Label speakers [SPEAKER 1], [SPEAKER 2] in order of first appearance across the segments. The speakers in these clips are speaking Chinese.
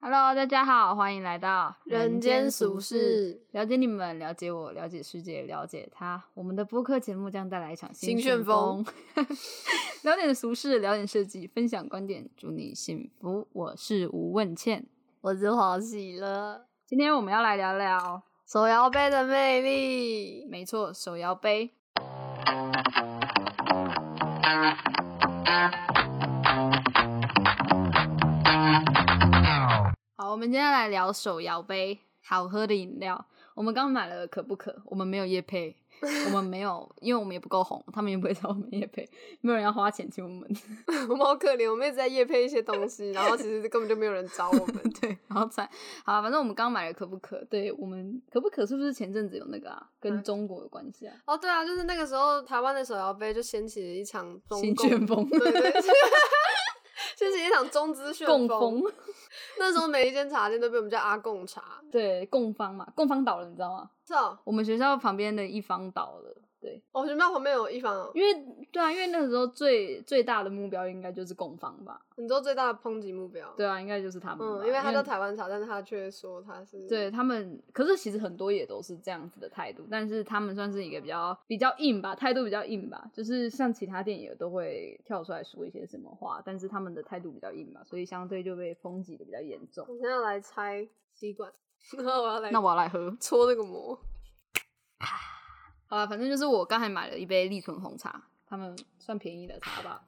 [SPEAKER 1] Hello，大家好，欢迎来到
[SPEAKER 2] 人间俗世，
[SPEAKER 1] 了解你们，了解我，了解世界，了解他。我们的播客节目将带来一场
[SPEAKER 2] 新
[SPEAKER 1] 旋
[SPEAKER 2] 旋风，
[SPEAKER 1] 聊点俗事，聊点设计，分享观点，祝你幸福。我是吴问倩，
[SPEAKER 2] 我是黄喜乐。
[SPEAKER 1] 今天我们要来聊聊，
[SPEAKER 2] 手摇杯的魅力，
[SPEAKER 1] 没错，手摇杯。好，我们今天来聊手摇杯，好喝的饮料。我们刚买了可不可，我们没有夜配，我们没有，因为我们也不够红，他们也不会找我们夜配，没有人要花钱请我们。
[SPEAKER 2] 我 们好可怜，我们一直在夜配一些东西，然后其实根本就没有人找我们。
[SPEAKER 1] 对，好惨。好啊，反正我们刚买了可不可，对我们可不可是不是前阵子有那个啊，跟
[SPEAKER 2] 嗯
[SPEAKER 1] 中国有关系啊？
[SPEAKER 2] 哦，对啊，就是那个时候台湾的手摇杯就掀起了一场中
[SPEAKER 1] 新
[SPEAKER 2] 共
[SPEAKER 1] 旋风
[SPEAKER 2] 对对，对掀起一场中资旋
[SPEAKER 1] 共
[SPEAKER 2] 风
[SPEAKER 1] 风。，
[SPEAKER 2] 那时候每一间茶店都被我们叫阿贡茶，
[SPEAKER 1] 对，共方嘛，共方倒了，你知道吗？
[SPEAKER 2] 是哦，
[SPEAKER 1] 我们学校旁边的一方倒了，对，
[SPEAKER 2] 我学校旁边有一房哦，
[SPEAKER 1] 因为对啊，因为那个时候最最大的目标应该就是共方吧，
[SPEAKER 2] 你知道最大的抨击目标。
[SPEAKER 1] 对啊，应该就是他们吧，
[SPEAKER 2] 嗯，因为它叫台湾茶，但是它却说它是
[SPEAKER 1] 对他们，可是其实很多也都是这样子的态度，但是他们算是一个比较比较硬吧，态度比较硬吧，就是像其他店也都会跳出来说一些什么话，但是他们的态度比较硬嘛，所以相对就被抨击的比较严重。
[SPEAKER 2] 我现在要来拆吸管， 然后我要来
[SPEAKER 1] 那我要来喝，
[SPEAKER 2] 搓那个膜。
[SPEAKER 1] 好了，反正就是我刚才买了一杯立醇红茶，他们算便宜的茶吧。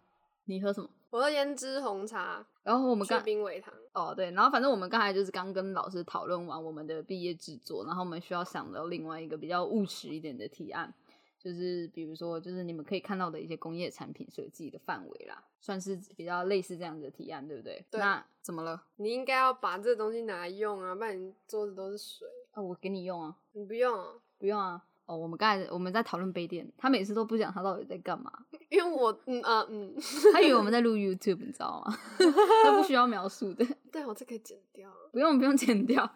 [SPEAKER 1] 你喝什么？
[SPEAKER 2] 我要胭脂红茶，
[SPEAKER 1] 然后我
[SPEAKER 2] 我
[SPEAKER 1] 们刚
[SPEAKER 2] 冰微糖。
[SPEAKER 1] 哦对，然后反正我们刚才就是刚跟老师讨论完我们的毕业制作，然后我们需要想到另外一个比较务实一点的提案，就是比如说就是你们可以看到的一些工业产品设计的范围啦，算是比较类似这样子的提案，对不对？
[SPEAKER 2] 对
[SPEAKER 1] 那怎么了？
[SPEAKER 2] 你应该要把这东西拿来用啊，不然你桌子都是水。
[SPEAKER 1] 哦，我给你用啊，
[SPEAKER 2] 你不用、啊，
[SPEAKER 1] 不用啊。哦，我们刚才我们在讨论杯垫，他每次都不讲他到底在干嘛，
[SPEAKER 2] 因为我嗯啊嗯，
[SPEAKER 1] 他以为我们在录 YouTube，你知道吗？ 他不需要描述的。
[SPEAKER 2] 对啊我这可以剪掉。
[SPEAKER 1] 不用不用剪掉。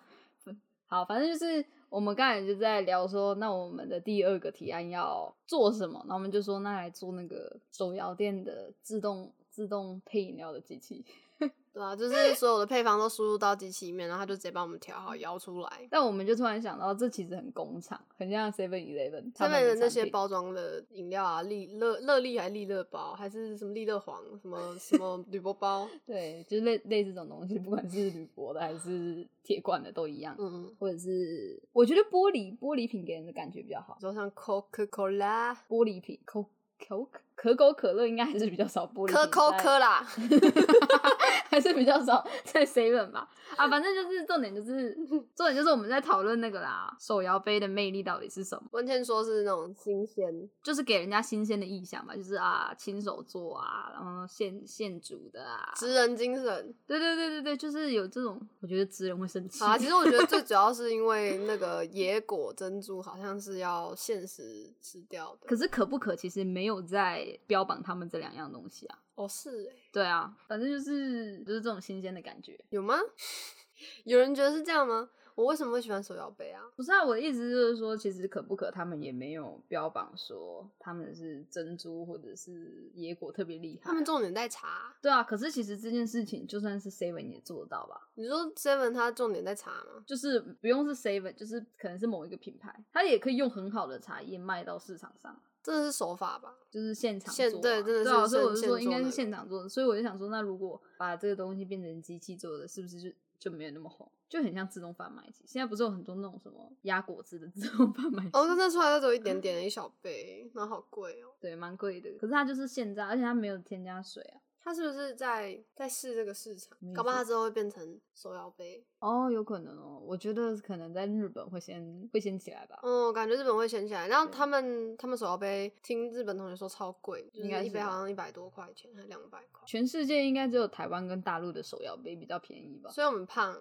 [SPEAKER 1] 好，反正就是我们刚才就在聊说，那我们的第二个提案要做什么？那我们就说，那来做那个手摇店的自动自动配饮料的机器。
[SPEAKER 2] 对啊，就是所有的配方都输入到机器里面，然后它就直接帮我们调好，摇出来。
[SPEAKER 1] 但我们就突然想到，这其实很工厂，很像 Seven Eleven
[SPEAKER 2] 上面的那些
[SPEAKER 1] 包。
[SPEAKER 2] 包装的饮料啊，利乐乐利还利乐包，还是什么利乐黄，什么什 么铝箔包，
[SPEAKER 1] 对，就类类似这种东西，不管是铝箔的还是铁罐的都一样，
[SPEAKER 2] 嗯，
[SPEAKER 1] 或者是我觉得玻璃玻璃瓶给人的感觉比较好。
[SPEAKER 2] 说像 Coca Cola、
[SPEAKER 1] 玻璃瓶可可可口可乐应该还是比较少玻璃瓶
[SPEAKER 2] 可口
[SPEAKER 1] 在
[SPEAKER 2] 可啦，
[SPEAKER 1] 还是比较少在 seven 吧。啊，反正就是重点就是重点就是我们在讨论那个啦，手摇杯的魅力到底是什么，
[SPEAKER 2] 文倩说是那种新鲜，
[SPEAKER 1] 就是给人家新鲜的意象嘛，就是啊亲手做啊，然后现现煮的啊，
[SPEAKER 2] 职人精神。
[SPEAKER 1] 对对对对对，就是有这种，我觉得职人会生气
[SPEAKER 2] 好啊，其实我觉得最主要是因为那个野果珍珠好像是要限时吃掉的。
[SPEAKER 1] 可是可不可其实没有在标榜他们这两样东西啊。
[SPEAKER 2] 哦，是、欸、
[SPEAKER 1] 对啊，反正就是就是这种新鲜的感觉。
[SPEAKER 2] 有吗？有人觉得是这样吗？我为什么会喜欢手摇杯啊？
[SPEAKER 1] 不是啊，我的意思就是说，其实可不可他们也没有标榜说他们是珍珠或者是野果特别厉害啊。
[SPEAKER 2] 他们重点在茶。
[SPEAKER 1] 对啊，可是其实这件事情就算是 Seven 也做得到吧，
[SPEAKER 2] 你说 Seven 它重点在茶吗？
[SPEAKER 1] 就是不用是 Seven，就是可能是某一个品牌，它也可以用很好的茶叶卖到市场上，
[SPEAKER 2] 这是手法吧？
[SPEAKER 1] 就是现场做、啊。
[SPEAKER 2] 现对真的是
[SPEAKER 1] 啊，所以
[SPEAKER 2] 现
[SPEAKER 1] 我是说
[SPEAKER 2] 现
[SPEAKER 1] 应该
[SPEAKER 2] 做
[SPEAKER 1] 是
[SPEAKER 2] 的
[SPEAKER 1] 现场做的，所以我就想说，那如果把这个东西变成机器做的，是不是就？就没有那么红，就很像自动贩卖机。现在不是有很多那种什么压果汁的 自动贩卖机？
[SPEAKER 2] 哦，那那出来都只有一点点，一小杯，然后好贵哦。
[SPEAKER 1] 对，蛮贵的。可是它就是现榨，而且它没有添加水啊。
[SPEAKER 2] 它是不是在在试这个市场
[SPEAKER 1] 没？
[SPEAKER 2] 搞不好
[SPEAKER 1] 错
[SPEAKER 2] 它之后会变成手摇杯。
[SPEAKER 1] 哦，有可能哦。我觉得可能在日本会先会先起来吧。
[SPEAKER 2] 嗯，感觉日本会掀起来。然后
[SPEAKER 1] 对
[SPEAKER 2] 他们他们手摇杯，听日本同学说超贵，就
[SPEAKER 1] 应该
[SPEAKER 2] 是一
[SPEAKER 1] 是
[SPEAKER 2] 杯
[SPEAKER 1] 吧
[SPEAKER 2] 好像一百多块钱，还两百块。
[SPEAKER 1] 全世界应该只有台湾跟大陆的手摇杯比较便宜吧？
[SPEAKER 2] 所以我们胖，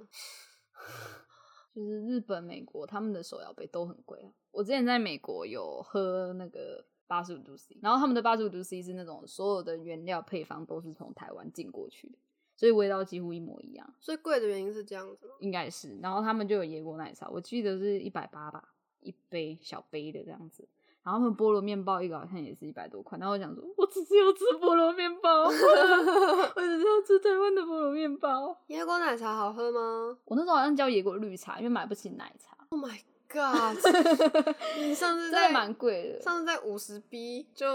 [SPEAKER 1] 就是日本、美国他们的手摇杯都很贵啊。我之前在美国有喝那个八十五度 C，然后他们的八十五度 C 是那种所有的原料配方都是从台湾进过去的，所以味道几乎一模一样，
[SPEAKER 2] 所以贵的原因是这样子吗？
[SPEAKER 1] 应该是。然后他们就有椰果奶茶，我记得是一百八吧，一杯小杯的这样子。然后他们菠萝面包一个好像也是一百多块，然后我想说，我只是要吃菠萝面包，我 只是要吃台湾的菠萝面包。
[SPEAKER 2] 椰果奶茶好喝吗
[SPEAKER 1] 我那时候好像叫野果绿茶，因为买不起奶茶，
[SPEAKER 2] ？God，你上次
[SPEAKER 1] 真
[SPEAKER 2] 哦在
[SPEAKER 1] 的蛮贵的。
[SPEAKER 2] 上次在五十 B 就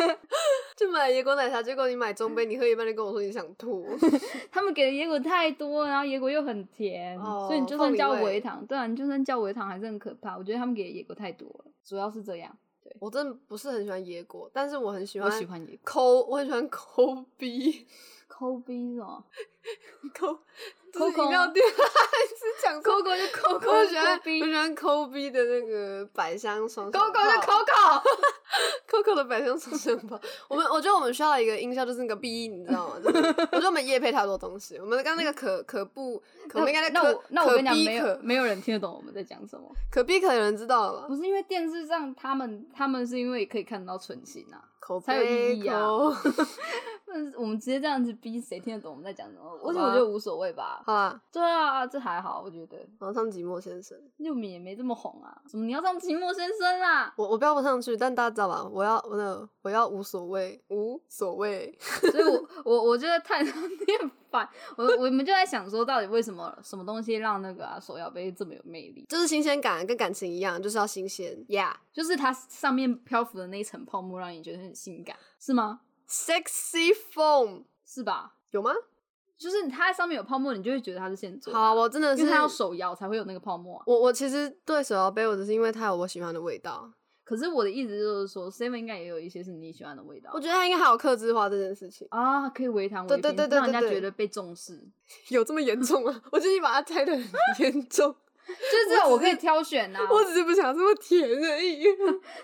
[SPEAKER 2] 就买椰果奶茶，结果你买中 杯，你喝一半就跟我说你想吐。
[SPEAKER 1] 他们给的野果太多，然后野果又很甜，
[SPEAKER 2] 哦
[SPEAKER 1] 所以你就算叫
[SPEAKER 2] 凤梨味
[SPEAKER 1] 微糖，对啊，你就算叫微糖还是很可怕。我觉得他们给的野果太多了，主要是这样。
[SPEAKER 2] 我真的不是很喜欢椰果，但是我很喜
[SPEAKER 1] 我
[SPEAKER 2] 欢
[SPEAKER 1] 喜欢野果，
[SPEAKER 2] 抠，我很喜欢抠逼
[SPEAKER 1] 抠逼是 吗？
[SPEAKER 2] 抠，就是
[SPEAKER 1] 抠
[SPEAKER 2] 饮料店 是讲
[SPEAKER 1] 抠
[SPEAKER 2] 抠。
[SPEAKER 1] 抠就抠抠，
[SPEAKER 2] 我喜欢
[SPEAKER 1] 抠逼
[SPEAKER 2] 我喜欢抠逼的那个百香双
[SPEAKER 1] ，Coco 就 Coco，
[SPEAKER 2] Coco 的百香双生包， 我们我觉得我们需要一个音效，就是那个 B，你知道吗？就是我觉得我们夜配太多东西，我们刚刚那个可可不，可我们应该在
[SPEAKER 1] 那我
[SPEAKER 2] 可
[SPEAKER 1] 那我跟你讲，
[SPEAKER 2] 可逼
[SPEAKER 1] 没有
[SPEAKER 2] 可
[SPEAKER 1] 没有人听得懂我们在讲什么。
[SPEAKER 2] 可逼可有人知道了吧
[SPEAKER 1] 不？是因为电视上他们他们是因为可以看到纯情 啊，
[SPEAKER 2] 口
[SPEAKER 1] 才有
[SPEAKER 2] 碑
[SPEAKER 1] 意义啊
[SPEAKER 2] 口
[SPEAKER 1] 那我们直接这样子逼谁听得懂我们在讲什么？而且
[SPEAKER 2] 好吧
[SPEAKER 1] 我觉得无所谓吧。
[SPEAKER 2] 好啦，
[SPEAKER 1] 对啊，这还好，我觉得
[SPEAKER 2] 然后上寂寞先生，
[SPEAKER 1] 六米也没这么红啊。什么你要上寂寞先生啊啦？
[SPEAKER 2] 我我标不上去，但大家知道吧？我要我的我要无所谓，无所谓。
[SPEAKER 1] 所以 我我我觉得太让念烦。我我们就在想说，到底为什么什么东西让那个啊手摇杯这么有魅力？
[SPEAKER 2] 就是新鲜感，跟感情一样，就是要新鲜。
[SPEAKER 1] 就是它上面漂浮的那一层泡沫，让你觉得很性感，是吗？
[SPEAKER 2] Yeah，sexy foam
[SPEAKER 1] 是吧？
[SPEAKER 2] 有吗？
[SPEAKER 1] 就是它上面有泡沫，你就会觉得它是现做的。啊
[SPEAKER 2] 好，啊我真的
[SPEAKER 1] 因
[SPEAKER 2] 是
[SPEAKER 1] 为它要手摇才会有那个泡沫啊。
[SPEAKER 2] 我我其实对手摇杯，我只是因为它有我喜欢的味道，
[SPEAKER 1] 可是我的意思就是说，seven 应该也有一些是你喜欢的味道。
[SPEAKER 2] 我觉得它应该还有克制化这件事情，
[SPEAKER 1] 啊，可以微糖微
[SPEAKER 2] 对
[SPEAKER 1] 冰，
[SPEAKER 2] 对对对
[SPEAKER 1] 让人家
[SPEAKER 2] 对对
[SPEAKER 1] 觉得被重视。 就
[SPEAKER 2] 有这么严重啊？ 我觉得你把它拆的 很严重，
[SPEAKER 1] 是这种我可以挑选呐、
[SPEAKER 2] 我只是不想这么甜而已。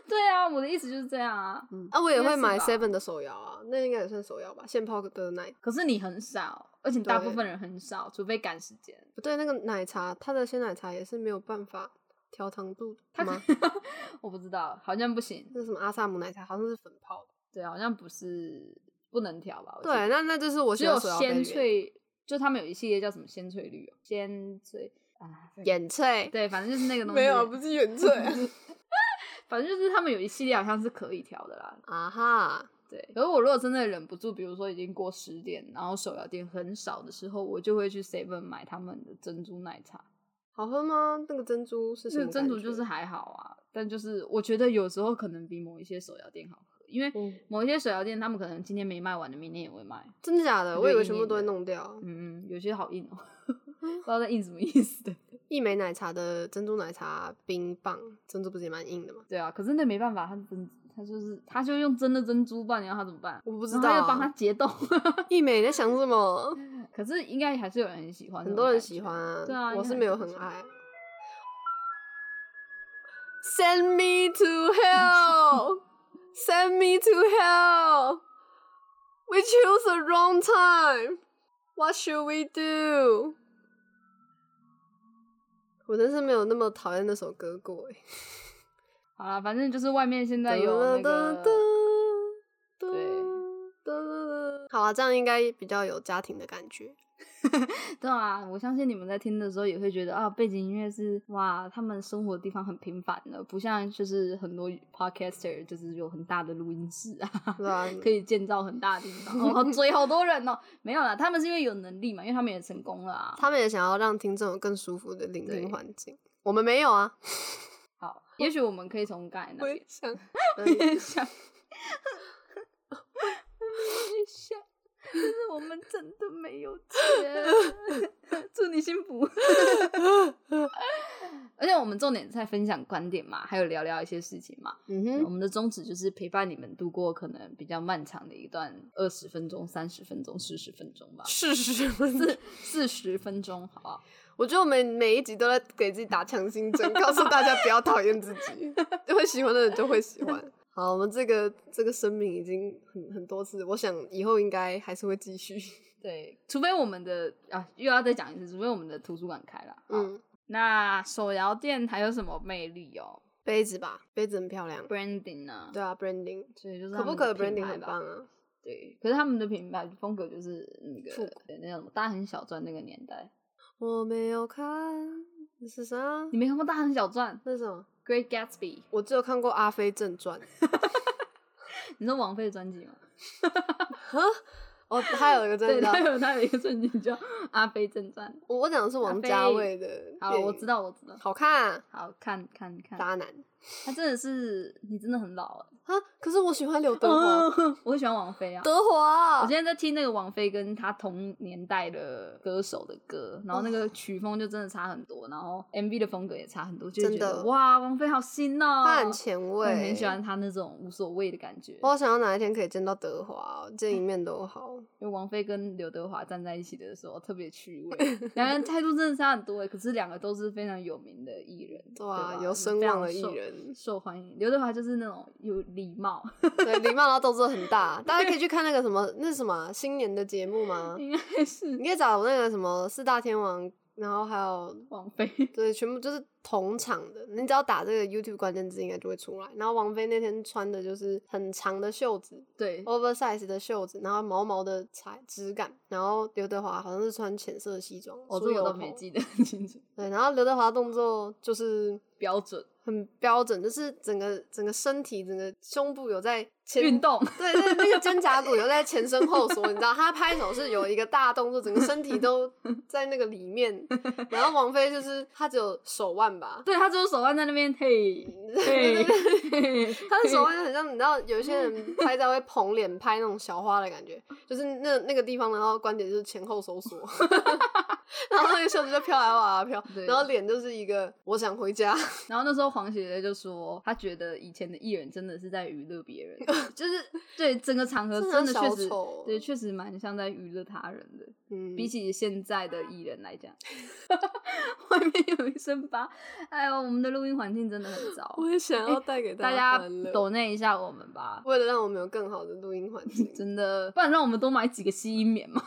[SPEAKER 1] 对啊，我的意思就是这样啊。
[SPEAKER 2] 啊，我也
[SPEAKER 1] 应该
[SPEAKER 2] 会
[SPEAKER 1] 是
[SPEAKER 2] 买
[SPEAKER 1] 吧
[SPEAKER 2] Seven 的手摇啊，那应该也算手摇吧，现泡的奶
[SPEAKER 1] 可是你很少，而且大
[SPEAKER 2] 对
[SPEAKER 1] 部分人很少，除非赶时间。
[SPEAKER 2] 不对，那个奶茶，它的鲜奶茶也是没有办法调糖度的
[SPEAKER 1] 他
[SPEAKER 2] 吗？
[SPEAKER 1] 我不知道，好像不行。
[SPEAKER 2] 那什么阿萨姆奶茶好像是粉泡的。
[SPEAKER 1] 对，好像不是不能调吧？我记
[SPEAKER 2] 对，
[SPEAKER 1] 得，
[SPEAKER 2] 那那就是我
[SPEAKER 1] 只
[SPEAKER 2] 喜
[SPEAKER 1] 有
[SPEAKER 2] 欢手摇杯的
[SPEAKER 1] 鲜
[SPEAKER 2] 原因
[SPEAKER 1] 萃，就他们有一系列叫什么鲜萃绿、哦，鲜萃啊，
[SPEAKER 2] 眼萃，
[SPEAKER 1] 对，反正就是 那个东西。
[SPEAKER 2] 没有， 不是眼萃啊
[SPEAKER 1] 反正就是他们有一系列好像是可以调的啦，
[SPEAKER 2] 啊哈，
[SPEAKER 1] 对，可是我如果真的忍不住，比如说已经过十点，然后手摇店很少的时候，我就会去 Seven 买他们的珍珠奶茶。
[SPEAKER 2] 好喝吗？那个珍珠是什
[SPEAKER 1] 这
[SPEAKER 2] 么
[SPEAKER 1] 个
[SPEAKER 2] 感觉？
[SPEAKER 1] 珍珠就是还好啊，但就是我觉得有时候可能比某一些手摇店好喝，因为
[SPEAKER 2] 嗯
[SPEAKER 1] 某一些手摇店他们可能今天没卖完的，明天也会卖。
[SPEAKER 2] 真的假的？
[SPEAKER 1] 我
[SPEAKER 2] 我以
[SPEAKER 1] 觉得
[SPEAKER 2] 为
[SPEAKER 1] 硬
[SPEAKER 2] 全部
[SPEAKER 1] 硬
[SPEAKER 2] 都会
[SPEAKER 1] 的
[SPEAKER 2] 弄掉。
[SPEAKER 1] 嗯嗯，有些好硬哦、 不知道在硬什么意思的。
[SPEAKER 2] 一美奶茶的珍珠奶茶冰棒，珍珠不是也蛮硬的吗？
[SPEAKER 1] 对啊，可是那没办法，他真他就是他就用真的珍珠棒，你让他怎么办？
[SPEAKER 2] 我不知
[SPEAKER 1] 然后
[SPEAKER 2] 道
[SPEAKER 1] 他又
[SPEAKER 2] 啊
[SPEAKER 1] 帮他解冻，
[SPEAKER 2] 一美在想什么？
[SPEAKER 1] 可是应该还是有人很喜欢，
[SPEAKER 2] 很多人喜欢。啊，
[SPEAKER 1] 对啊
[SPEAKER 2] 我
[SPEAKER 1] 应
[SPEAKER 2] 是
[SPEAKER 1] 该
[SPEAKER 2] 没有
[SPEAKER 1] 很
[SPEAKER 2] 很
[SPEAKER 1] 喜欢
[SPEAKER 2] 爱。Send me to hell, send me to hell. We choose the wrong time. What should we do? 我真是没有那么讨厌那首歌过哎、
[SPEAKER 1] 好啦，反正就是外面现在
[SPEAKER 2] 欸。
[SPEAKER 1] 有那
[SPEAKER 2] 哒哒
[SPEAKER 1] 个，
[SPEAKER 2] 哒
[SPEAKER 1] 对
[SPEAKER 2] 哒哒哒好啊，这样应该比较有家庭的感觉。
[SPEAKER 1] 对啊，我相信你们在听的时候也会觉得啊，背景音乐是哇，他们生活的地方很平凡的，不像就是很多 podcaster 就是有很大的录音室啊，
[SPEAKER 2] 对啊，
[SPEAKER 1] 可以建造很大的地方，然后追好多人哦。没有啦，他们是因为有能力嘛，因为他们也成功了啊。
[SPEAKER 2] 他们也想要让听众有更舒服的聆
[SPEAKER 1] 对
[SPEAKER 2] 听环境。我们没有啊，
[SPEAKER 1] 好，也许我们可以从刚才那
[SPEAKER 2] 我
[SPEAKER 1] 边
[SPEAKER 2] 也想，嗯
[SPEAKER 1] 也想，我也想，但是我们真的没有钱。祝你幸福。 而且我们重点在分享观点嘛，还有聊聊一些事情嘛。
[SPEAKER 2] 嗯
[SPEAKER 1] 我
[SPEAKER 2] 哼，
[SPEAKER 1] 们的宗旨就是陪伴你们度过可能比较漫长的一段二十分钟、三十分钟、四十分钟吧，
[SPEAKER 2] 事实不
[SPEAKER 1] 四
[SPEAKER 2] 是，
[SPEAKER 1] 四十分钟，好不好？
[SPEAKER 2] 我觉得我们每一集都在给自己打强心 针，告诉大家不要讨厌自 己，会喜欢的人就会喜欢。好，我们这个这个声明已经很很多次，我想以后应该还是会继 续。
[SPEAKER 1] 对，除非我们的啊又要再讲一次，除非我们的图书馆开了。好，
[SPEAKER 2] 嗯，
[SPEAKER 1] 那手摇店还有什么魅力哦
[SPEAKER 2] 杯子吧，杯子很漂亮。
[SPEAKER 1] ？branding 呢、
[SPEAKER 2] 对啊，branding，
[SPEAKER 1] 所以就是
[SPEAKER 2] 可
[SPEAKER 1] 他
[SPEAKER 2] 不
[SPEAKER 1] 们
[SPEAKER 2] 可
[SPEAKER 1] 的
[SPEAKER 2] 的 branding
[SPEAKER 1] 品牌
[SPEAKER 2] 很
[SPEAKER 1] 吧
[SPEAKER 2] 棒啊。
[SPEAKER 1] 对，可是他们的品牌风格就是那个
[SPEAKER 2] 复
[SPEAKER 1] 对那叫什么大亨小传那个年代，
[SPEAKER 2] 我没有看，是啥？
[SPEAKER 1] 你没看过大亨小传？
[SPEAKER 2] 那是什么？
[SPEAKER 1] Great Gatsby》，
[SPEAKER 2] 我只有看过《阿飞正传》
[SPEAKER 1] 你知道王菲的专辑吗？
[SPEAKER 2] 哦，他有一个真
[SPEAKER 1] 对，
[SPEAKER 2] 的
[SPEAKER 1] 他，有他有一个专辑叫《阿飞正传
[SPEAKER 2] 我我讲的是王家卫的电影，》。
[SPEAKER 1] 好，我知道，我知道。
[SPEAKER 2] 好看、啊，
[SPEAKER 1] 好看，看看，
[SPEAKER 2] 渣男
[SPEAKER 1] 他真的是你真的很老了。
[SPEAKER 2] 啊！可是我喜欢刘德华，
[SPEAKER 1] 嗯我很喜欢王菲啊。
[SPEAKER 2] 德华，
[SPEAKER 1] 我现在在听那个王菲跟她同年代的歌手的歌，然后那
[SPEAKER 2] 哦
[SPEAKER 1] 个曲风就真的差很多，然后 MV 的风格也差很多，就会觉
[SPEAKER 2] 真
[SPEAKER 1] 得
[SPEAKER 2] 的
[SPEAKER 1] 哇，王菲好新哦、
[SPEAKER 2] 他很前
[SPEAKER 1] 我
[SPEAKER 2] 卫，哦
[SPEAKER 1] 很喜欢她那种无所谓的感觉。
[SPEAKER 2] 我好想要哪一天可以见到德华，哦见一面都好。
[SPEAKER 1] 因为王菲跟刘德华站在一起的时候特别趣味，两个人态度真的差很多欸可是两个都是非常有名的艺人，
[SPEAKER 2] 对啊，
[SPEAKER 1] 吧
[SPEAKER 2] 有声望的艺，人
[SPEAKER 1] 非常，受受欢迎。刘德华就是那种有礼貌，
[SPEAKER 2] 对，礼貌然后动作很大，大家可以去看那个什么，那是什么啊新年的节目吗？
[SPEAKER 1] 应该是
[SPEAKER 2] 你可以找那个什么四大天王，然后还有
[SPEAKER 1] 王菲。
[SPEAKER 2] 对，全部就是同场的，你只要打这个 YouTube 关键字应该就会出来。然后王菲那天穿的就是很长的袖子
[SPEAKER 1] 对，
[SPEAKER 2] ，oversize 的袖子，然后毛毛的材质感，然后刘德华好像是穿浅色西装，
[SPEAKER 1] 我
[SPEAKER 2] 梳
[SPEAKER 1] 哦这
[SPEAKER 2] 油
[SPEAKER 1] 我都没
[SPEAKER 2] 头
[SPEAKER 1] 记得很清楚，
[SPEAKER 2] 对，然后刘德华动作就是
[SPEAKER 1] 标准
[SPEAKER 2] 很标准，就是整个整个身体、整个胸部有在前
[SPEAKER 1] 运，动。
[SPEAKER 2] 对对，那个肩胛骨有在前伸后缩，你知道他拍手是有一个大动作，整个身体都在那个里 面。然后王菲就是她只有手腕吧，
[SPEAKER 1] 对他只有手腕在那边，嘿， 嘿，嘿
[SPEAKER 2] 她的手 腕很像你知道有一些人拍照会捧脸拍那种小花的感觉，就是那那个地方，然后关节就是前后收缩。 然后那个袖子就飘来哇飘，
[SPEAKER 1] 对
[SPEAKER 2] 然后脸就是一个我想回家，
[SPEAKER 1] 然后那时候黄姐姐就说，她觉得以前的艺人真的是在娱乐别 人，就是对整个场合
[SPEAKER 2] 真的
[SPEAKER 1] 真的
[SPEAKER 2] 小
[SPEAKER 1] 确实
[SPEAKER 2] 丑，
[SPEAKER 1] 对，确实蛮像在娱乐他人的。
[SPEAKER 2] 嗯，
[SPEAKER 1] 比起现在的艺人 来讲，外面有一身疤，哎呦，我们的录音环境真的很糟，
[SPEAKER 2] 我也想要带给
[SPEAKER 1] 哎大
[SPEAKER 2] 家
[SPEAKER 1] 家
[SPEAKER 2] 欢乐，
[SPEAKER 1] 抖那一下我们吧。，
[SPEAKER 2] 为了让我们有更好的录音环境
[SPEAKER 1] 真的，不然让我们多买几个吸音 棉嘛。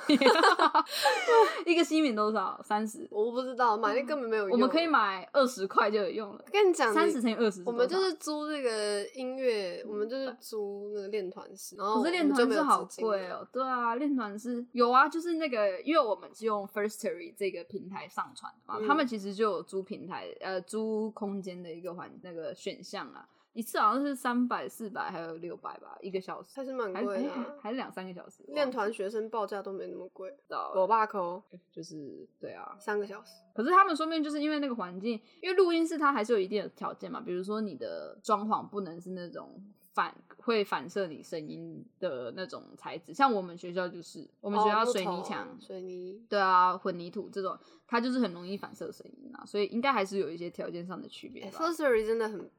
[SPEAKER 1] 一个吸音棉多少？三十。
[SPEAKER 2] 我不知道买那根本没有用。
[SPEAKER 1] 我们可以，买二十块就有用了，
[SPEAKER 2] 跟你讲，
[SPEAKER 1] 三十
[SPEAKER 2] 你
[SPEAKER 1] 乘以二十。
[SPEAKER 2] 我们就是租这个音乐，我们就是租那个练团室，然后
[SPEAKER 1] 可是练团是
[SPEAKER 2] 是
[SPEAKER 1] 好贵哦、对啊，练团是有啊，就是那个，因为我们是用 Firstory 这个平台上传的嘛，
[SPEAKER 2] 嗯
[SPEAKER 1] 他们其实就有租平台呃租空间的一个环那个选项啊，一次好像是三百、四百还有六百吧，一个小时，
[SPEAKER 2] 还是蛮
[SPEAKER 1] 还
[SPEAKER 2] 贵
[SPEAKER 1] 哎
[SPEAKER 2] 的啊。
[SPEAKER 1] 还两三个小时。
[SPEAKER 2] 练团学生报价都没那么贵，我
[SPEAKER 1] 到
[SPEAKER 2] 爸抠
[SPEAKER 1] 就是对啊，
[SPEAKER 2] 三个小时，
[SPEAKER 1] 可是他们说不定就是因为那个环境，因为录音室它还是有一定的条件嘛，比如说你的装潢不能是那种反会反射你声音的那种材质，像我们学校就是我
[SPEAKER 2] 我
[SPEAKER 1] 们学校水泥墙，
[SPEAKER 2] 哦水泥
[SPEAKER 1] 对啊，混凝土这种，它就是很容易反射声音啊，所以应该还是有一些条件上的区别
[SPEAKER 2] 哎
[SPEAKER 1] 吧？
[SPEAKER 2] ，Firstory 真的很，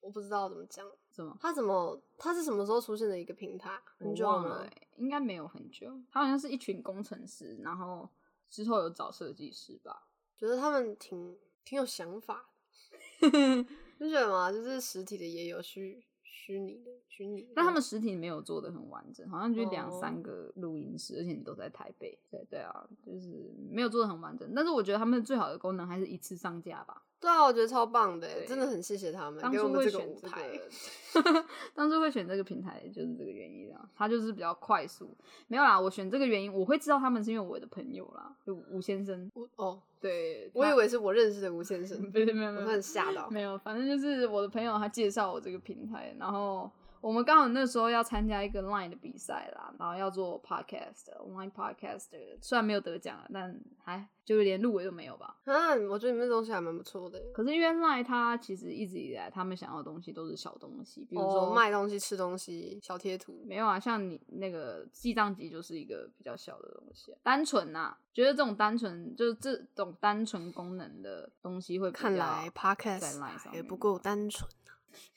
[SPEAKER 2] 我不知道怎么讲，
[SPEAKER 1] 是吗？
[SPEAKER 2] 它怎么它是什么时候出现的一个平台？很久
[SPEAKER 1] 我忘了
[SPEAKER 2] 吗
[SPEAKER 1] 欸、应该没有很久，它好像是一群工程师，然后之后有找设计师吧。
[SPEAKER 2] 觉得他们挺挺有想法 的，你觉得吗？就是实体的也有虚虚拟的虚拟的，
[SPEAKER 1] 但他们实体没有做的很完整，好像就两
[SPEAKER 2] 嗯哦
[SPEAKER 1] 三个录音室，而且你都在台北。对对啊，就是没有做的很完整。但是我觉得他们最好的功能还是一次上架吧。
[SPEAKER 2] 对啊，我觉得超棒的欸，
[SPEAKER 1] 对
[SPEAKER 2] 真的很谢谢他们
[SPEAKER 1] 当
[SPEAKER 2] 给我
[SPEAKER 1] 初
[SPEAKER 2] 们
[SPEAKER 1] 会
[SPEAKER 2] 个
[SPEAKER 1] 选
[SPEAKER 2] 舞
[SPEAKER 1] 这
[SPEAKER 2] 台。
[SPEAKER 1] 个， 当初会选这个平台就是这个原因啊，它就是比较快速。没有啦，我选这个原因，我会知道他们是因为我的朋友啦，就吴先生。
[SPEAKER 2] 我哦，
[SPEAKER 1] 对，
[SPEAKER 2] 我以
[SPEAKER 1] 他
[SPEAKER 2] 为是我认识的吴先生，
[SPEAKER 1] 没有没有没
[SPEAKER 2] 我
[SPEAKER 1] 有，
[SPEAKER 2] 很吓到。
[SPEAKER 1] 没有，反正就是我的朋友他介绍我这个平台，然后我们刚好那时候要参加一个 Line 的比赛啦，然后要做 podcast online podcast，虽然没有得奖啊，但还就是连入围都没有吧。
[SPEAKER 2] 啊，我觉得你们那东西还蛮不错的欸，
[SPEAKER 1] 可是因为 Line 它其实一直以来他们想要的东西都是小东西，比
[SPEAKER 2] 比
[SPEAKER 1] 如说、
[SPEAKER 2] 卖东西、吃东西、小贴图。
[SPEAKER 1] 没有啊，像你那个记账集就是一个比较小的东西啊、单纯呐、觉得这种单纯就是这种单纯功能的东西会比较
[SPEAKER 2] 看来
[SPEAKER 1] 在
[SPEAKER 2] podcast
[SPEAKER 1] Line 上
[SPEAKER 2] 也
[SPEAKER 1] 面
[SPEAKER 2] 不够单纯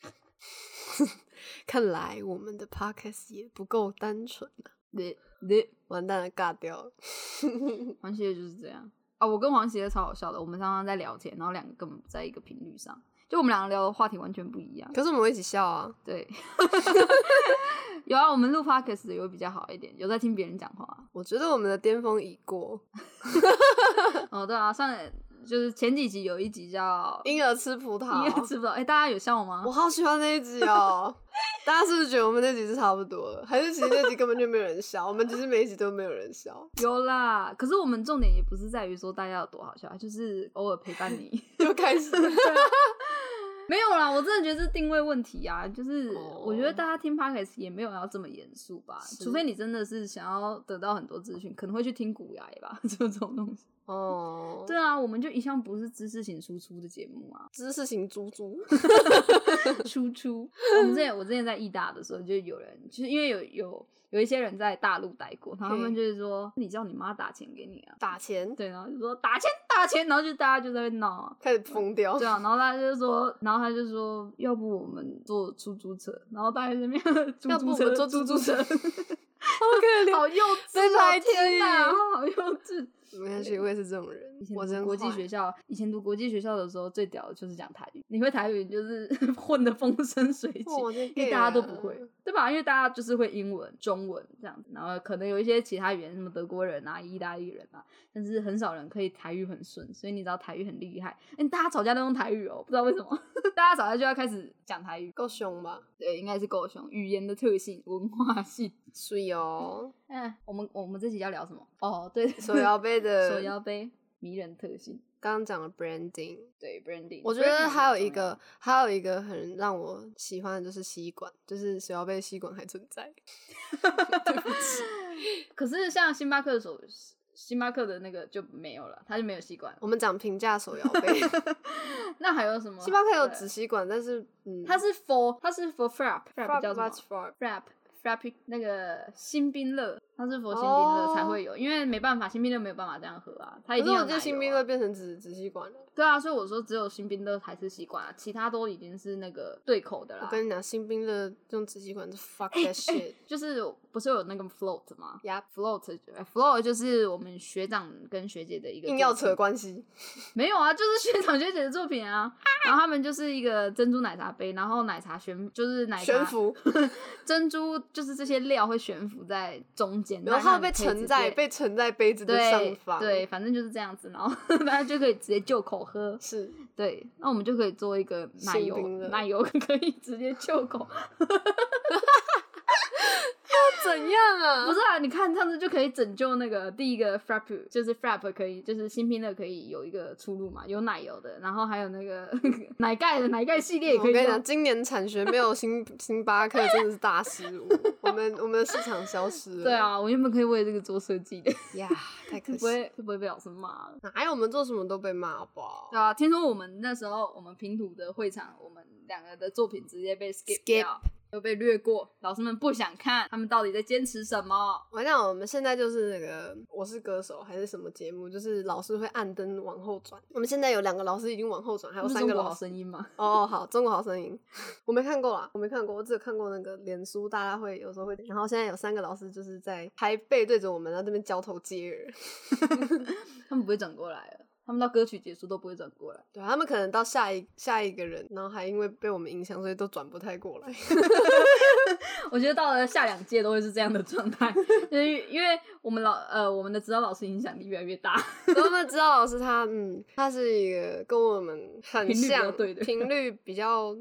[SPEAKER 2] 啊、 看来我们的 podcast 也不够单纯啊、
[SPEAKER 1] 对对。
[SPEAKER 2] 完蛋了，尬掉了。
[SPEAKER 1] 黄喜就是这样啊、我跟黄喜超好笑的，我们常常在聊天，然后两个根本不在一个频率上，就我们两个聊的话题完全不一样。
[SPEAKER 2] 可是我们会一起笑啊。
[SPEAKER 1] 对， 有啊，我们录 podcast 的有比较好一点，有在听别人讲话。
[SPEAKER 2] 我觉得我们的巅峰已过，
[SPEAKER 1] 哦，对啊，上就是前几集有一集 叫
[SPEAKER 2] 婴儿吃葡萄，啊
[SPEAKER 1] 应该知不知道？哎、大家有笑吗
[SPEAKER 2] 我？好喜欢那一集哦！ 大家是不是觉得我们那集是差不多了？还是其实那集根本就没有人笑？我们其实每一集都没有人笑，
[SPEAKER 1] 有啦，可是我们重点也不是在于说大家有多好笑，就是偶尔陪伴你。
[SPEAKER 2] 又开始。
[SPEAKER 1] 没有啦，我真的觉得是定位问题啊，就是
[SPEAKER 2] 哦
[SPEAKER 1] 我觉得大家听 podcast 也没有要这么严肃吧，
[SPEAKER 2] 是
[SPEAKER 1] 除非你真的是想要得到很多资讯，可能会去听古牙吧， 就这种东西。
[SPEAKER 2] 哦，，
[SPEAKER 1] 对啊，我们就一向不是知识型输出的节目啊
[SPEAKER 2] 知识型猪猪，
[SPEAKER 1] 输出。我们之 前我之前在义大的时候，就有人就是因为有有有一些人在大陆待过，然后他们
[SPEAKER 2] 嘿
[SPEAKER 1] 就是说你叫你妈打钱给你啊，
[SPEAKER 2] 打钱
[SPEAKER 1] 对，然后就说打钱打钱，然后就大家就在那边闹啊。
[SPEAKER 2] 开始疯掉
[SPEAKER 1] 对，啊，然后他就说，然后他就说，要不我们坐出租车，然后大家这边 出
[SPEAKER 2] 要不
[SPEAKER 1] 租
[SPEAKER 2] 我
[SPEAKER 1] 车，
[SPEAKER 2] 们坐
[SPEAKER 1] 出
[SPEAKER 2] 出
[SPEAKER 1] 租
[SPEAKER 2] 租
[SPEAKER 1] 车
[SPEAKER 2] 车，
[SPEAKER 1] 好可怜， 好幼稚
[SPEAKER 2] 被
[SPEAKER 1] 哦，
[SPEAKER 2] 排
[SPEAKER 1] 天
[SPEAKER 2] 挤
[SPEAKER 1] 哪，好幼 稚。
[SPEAKER 2] 没关系，我也是这种人
[SPEAKER 1] 以前，
[SPEAKER 2] 我
[SPEAKER 1] 读
[SPEAKER 2] 真
[SPEAKER 1] 国际
[SPEAKER 2] 坏
[SPEAKER 1] 学校，以前读国际学校的时候，最屌的就是讲台语，你会台语就是 混的风生水起，
[SPEAKER 2] 哇真
[SPEAKER 1] 因为
[SPEAKER 2] gay
[SPEAKER 1] 大家都
[SPEAKER 2] 啊
[SPEAKER 1] 不会，对吧？因为大家就是会英文、中文这样子，然后可能有一些其他语言，什么德国人啊、意大利人啊，但是很少人可以台语很顺，所以你知道台语很厉害。哎，大家吵架都用台语哦，不知道为什么， 大家吵架就要开始讲台语，
[SPEAKER 2] 够凶吧？
[SPEAKER 1] 对，应该是够凶，语言的特性、文化 性。
[SPEAKER 2] 所以 哦，
[SPEAKER 1] 嗯，我们我们这集要聊什么？哦，对，
[SPEAKER 2] 手摇杯的
[SPEAKER 1] 手摇杯迷人特性，
[SPEAKER 2] 刚刚讲了 branding，
[SPEAKER 1] 对 branding，
[SPEAKER 2] 我觉得
[SPEAKER 1] branding
[SPEAKER 2] 还有
[SPEAKER 1] 很
[SPEAKER 2] 一
[SPEAKER 1] 重要
[SPEAKER 2] 个，还有一个很让我喜欢的就是吸管，就是手摇杯吸管还存在。
[SPEAKER 1] 可是像星巴克的手，星巴克的那个就没有了，它就没有吸管了。
[SPEAKER 2] 我们讲平价手摇 杯，
[SPEAKER 1] 那还有什么？
[SPEAKER 2] 星巴克有
[SPEAKER 1] 对
[SPEAKER 2] 纸吸管，但是嗯，
[SPEAKER 1] 它是 for 它是 for frap frap
[SPEAKER 2] frap
[SPEAKER 1] 叫什么
[SPEAKER 2] what's frap
[SPEAKER 1] frap frap 那个新冰乐，它是 for 新冰乐
[SPEAKER 2] 哦
[SPEAKER 1] 才会有，因为没办法，新冰乐没有办法这样喝啊，它
[SPEAKER 2] 可
[SPEAKER 1] 一
[SPEAKER 2] 是
[SPEAKER 1] 定
[SPEAKER 2] 我
[SPEAKER 1] 要
[SPEAKER 2] 觉
[SPEAKER 1] 奶油
[SPEAKER 2] 得
[SPEAKER 1] 啊
[SPEAKER 2] 新冰乐变成纸纸吸管了。
[SPEAKER 1] 对啊，所以我说只有新冰乐才是吸管啊，其他都已经是那个对口的
[SPEAKER 2] 我
[SPEAKER 1] 啦。
[SPEAKER 2] 跟你讲，新冰乐用纸吸管是 fuck that shit。
[SPEAKER 1] 就是不是有那个 float 吗
[SPEAKER 2] Yup
[SPEAKER 1] ？float 呃 float 就是我们学长跟学姐的一个
[SPEAKER 2] 硬要
[SPEAKER 1] 作品
[SPEAKER 2] 扯关系，
[SPEAKER 1] 没有啊，就是学长学姐的作品啊。然后他们就是一个珍珠奶茶杯，然后奶茶悬就是奶茶
[SPEAKER 2] 悬浮，
[SPEAKER 1] 珍珠就是这些料会悬浮在中间，
[SPEAKER 2] 然后
[SPEAKER 1] 让你
[SPEAKER 2] 被
[SPEAKER 1] 可以直
[SPEAKER 2] 盛在
[SPEAKER 1] 接
[SPEAKER 2] 被盛在杯子的上
[SPEAKER 1] 对
[SPEAKER 2] 方，
[SPEAKER 1] 对，，反正就是这样子，然后大家就可以直接就口喝。
[SPEAKER 2] 是
[SPEAKER 1] 对，那我们就可以做一个奶
[SPEAKER 2] 新
[SPEAKER 1] 油
[SPEAKER 2] 冰乐
[SPEAKER 1] 奶油可以直接就口，
[SPEAKER 2] 怎样啊？
[SPEAKER 1] 不是啊？你看这样子就可以拯救那个第一个 frap，就是 frap 可以就是新冰乐可以有一个出路嘛，有奶油的，然后还有那个 奶盖的奶盖系列也
[SPEAKER 2] 我
[SPEAKER 1] 可以
[SPEAKER 2] 跟你
[SPEAKER 1] 用
[SPEAKER 2] 讲，。今年产学没有星星巴克真的是大失误，我们我们的市场消失了。
[SPEAKER 1] 对，啊，我原本可以为这个做设计 的，
[SPEAKER 2] 呀，太可
[SPEAKER 1] 不
[SPEAKER 2] 惜。
[SPEAKER 1] 会会不会被老师骂了？
[SPEAKER 2] 哪有我们做什么都被骂好不好
[SPEAKER 1] 对？啊，听说我们那时候我们平图的会场，我们两个的作品直接被 skip
[SPEAKER 2] Skip
[SPEAKER 1] 掉，又被略过，老师们不想看，他们到底在坚持什么？
[SPEAKER 2] 我讲我们现在就是那个《我是歌手》还是什么节目，就是老师会按灯往后转。我们现在有两个老师已经往后转，还有
[SPEAKER 1] 不是
[SPEAKER 2] 三个
[SPEAKER 1] 中国
[SPEAKER 2] 老
[SPEAKER 1] 好
[SPEAKER 2] 师。
[SPEAKER 1] 声音吗？
[SPEAKER 2] 哦，好，《中国好声音》 我没看过啦，我没看过，我只有看过那个脸书大家会有时候会。然后现在有三个老师就是在还背对着我们，然后这边交头接耳。
[SPEAKER 1] 他们不会转过来了，他们到歌曲结束都不会转过来。
[SPEAKER 2] 对他们可能到下一下一个人，然后还因为被我们影响，所以都转不太过来。
[SPEAKER 1] 我觉得到了下两届都会是这样的状态， 就是因为我们老呃我们的指导老师影响力越来越大，
[SPEAKER 2] 所以我们知道老师他，嗯，他是一个跟我们很
[SPEAKER 1] 频率比较
[SPEAKER 2] 像，
[SPEAKER 1] 对的
[SPEAKER 2] 频率比较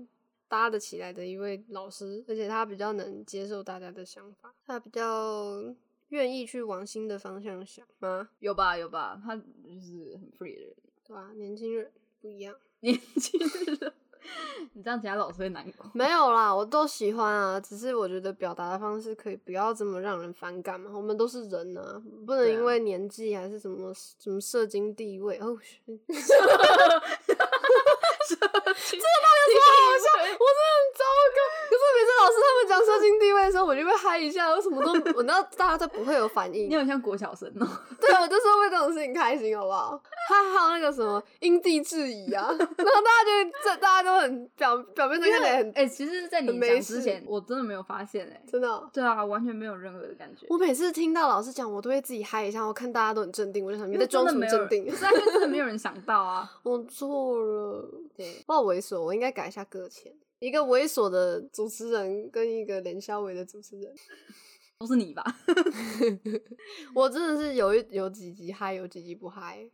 [SPEAKER 2] 搭得起来的一位老师，而且他比较能接受大家的想法，他比较愿意去往新的方向想吗？
[SPEAKER 1] 有吧有吧，他就是很 free 的人。
[SPEAKER 2] 对吧、年轻人不一样，
[SPEAKER 1] 年轻人， 你这样其他老师会难过。
[SPEAKER 2] 没有啦，我都喜欢啊，只是我觉得表达的方式可以不要这么让人反感嘛。我们都是人啊，不能
[SPEAKER 1] 对啊
[SPEAKER 2] 因为年纪还是什么什么社经地位哦，
[SPEAKER 1] 好
[SPEAKER 2] 我真的很糟糕。可是每次老师他们讲社经地位的时候，我就会嗨一下，我什么都，我知道大家都不会有反应
[SPEAKER 1] 你。好像国小生哦、
[SPEAKER 2] 对，我就是为这种事情开心，好不好？还好那个什么因地制宜啊，然后 大家就这大家都很表表面上看起来很、
[SPEAKER 1] 哎、其实，在你
[SPEAKER 2] 很没
[SPEAKER 1] 讲之
[SPEAKER 2] 事
[SPEAKER 1] 前，我真的没有发现哎、
[SPEAKER 2] 真的哦、
[SPEAKER 1] 对啊，完全没有任何的感觉。
[SPEAKER 2] 我每次听到老师讲，我都会自己嗨一下。我看大家都很镇定，我就想你
[SPEAKER 1] 因
[SPEAKER 2] 在
[SPEAKER 1] 为真
[SPEAKER 2] 装
[SPEAKER 1] 的
[SPEAKER 2] 什么
[SPEAKER 1] 没有
[SPEAKER 2] 镇
[SPEAKER 1] 人，
[SPEAKER 2] 定
[SPEAKER 1] 不？是啊因为真的没有人想到啊。
[SPEAKER 2] 我错了。
[SPEAKER 1] 对，
[SPEAKER 2] 不好猥琐，我应该改一下歌前。一个猥琐的主持人跟一个连肖伟的 主持人，
[SPEAKER 1] 都是你吧？
[SPEAKER 2] 我真的是有一有几集嗨，有几集不嗨。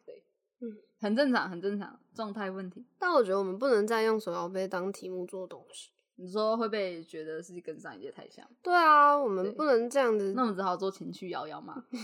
[SPEAKER 1] 很正常，很正常，状态问题。
[SPEAKER 2] 但我觉得我们不能再用手摇杯当题目做东西。
[SPEAKER 1] 你说会被觉得是跟上一届太像，
[SPEAKER 2] 对啊，我们
[SPEAKER 1] 对
[SPEAKER 2] 不能这样子
[SPEAKER 1] 那。我们只好做情绪摇摇嘛。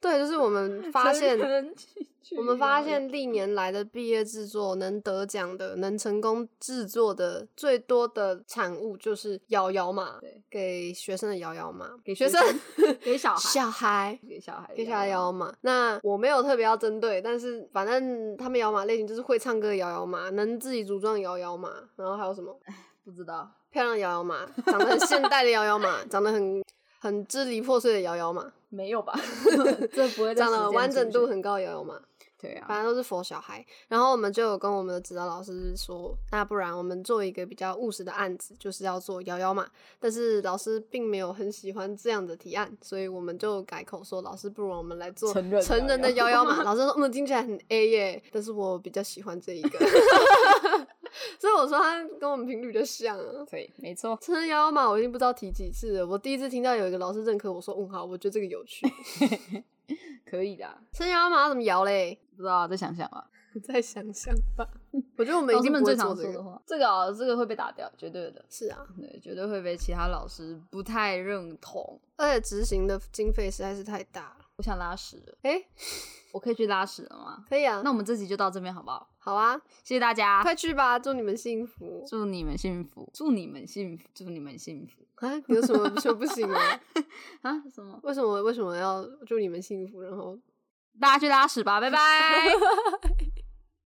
[SPEAKER 2] 对，就是我们发现
[SPEAKER 1] 真情绪去
[SPEAKER 2] 我们发
[SPEAKER 1] 遥远
[SPEAKER 2] 现历年来的毕业制作能得奖的、能成功制作的最多的产物就是摇摇马
[SPEAKER 1] 对，
[SPEAKER 2] 给学生的摇摇马，
[SPEAKER 1] 给
[SPEAKER 2] 学
[SPEAKER 1] 学
[SPEAKER 2] 生
[SPEAKER 1] 生 给小孩
[SPEAKER 2] 小孩。
[SPEAKER 1] 给小孩
[SPEAKER 2] 给小孩
[SPEAKER 1] 摇
[SPEAKER 2] 摇摇马，那我没有特别要针对，但是反正他们摇马类型就是会唱歌的摇摇马，能自己组装的摇摇马，然后还有什 么
[SPEAKER 1] 不知道
[SPEAKER 2] 漂亮的摇摇马，长得很现代的摇摇马，长得很很支离破碎的摇摇马，
[SPEAKER 1] 没有吧？ 这不 会在
[SPEAKER 2] 长
[SPEAKER 1] 时
[SPEAKER 2] 得
[SPEAKER 1] 间
[SPEAKER 2] 完
[SPEAKER 1] 出
[SPEAKER 2] 整度
[SPEAKER 1] 现
[SPEAKER 2] 很高的摇摇马。
[SPEAKER 1] 对啊，
[SPEAKER 2] 反正都是佛小孩。然后我们就有跟我们的指导老师说，那不然我们做一个比较务实的案子，就是要做摇摇马。但是老师并没有很喜欢这样的提案，所以我们就改口说，老师，不如我们来做
[SPEAKER 1] 成人摇
[SPEAKER 2] 成人的
[SPEAKER 1] 摇
[SPEAKER 2] 摇摇马。老师说，嗯，听起来很 A 耶，但是我比较喜欢这一个。 所以我说他跟我们频率就像啊。
[SPEAKER 1] 对，没错，
[SPEAKER 2] 成人摇摇马我已经不知道提几次了。我第一次听到有一个老师认可我说，嗯，好，我觉得这个有趣。
[SPEAKER 1] 可以的啊。
[SPEAKER 2] 成人摇摇马要怎么摇嘞？
[SPEAKER 1] 不知道，再想想吧。
[SPEAKER 2] 你 再想想吧。我觉得我们一
[SPEAKER 1] 老师哦
[SPEAKER 2] 定
[SPEAKER 1] 们
[SPEAKER 2] 不会
[SPEAKER 1] 最
[SPEAKER 2] 做
[SPEAKER 1] 常
[SPEAKER 2] 这
[SPEAKER 1] 说
[SPEAKER 2] 个
[SPEAKER 1] 的。话，这个啊，这个会被打掉，绝对的，
[SPEAKER 2] 是啊，
[SPEAKER 1] 对，绝对会被其他老师不太认同。
[SPEAKER 2] 而且执行的经费实在是太大了。
[SPEAKER 1] 我想拉屎了，
[SPEAKER 2] 哎、
[SPEAKER 1] 我可以去拉屎了吗？
[SPEAKER 2] 可以啊，
[SPEAKER 1] 那我们这集就到这边好不好？
[SPEAKER 2] 好啊，
[SPEAKER 1] 谢谢大家，
[SPEAKER 2] 快去吧，祝你们幸福。
[SPEAKER 1] 祝你们幸福，祝你们幸福，祝你们幸福
[SPEAKER 2] 啊，你有什么什么不行啊？
[SPEAKER 1] 啊！什么？
[SPEAKER 2] 为什么为什么要祝你们幸福？然后
[SPEAKER 1] 大家去拉屎吧，拜拜。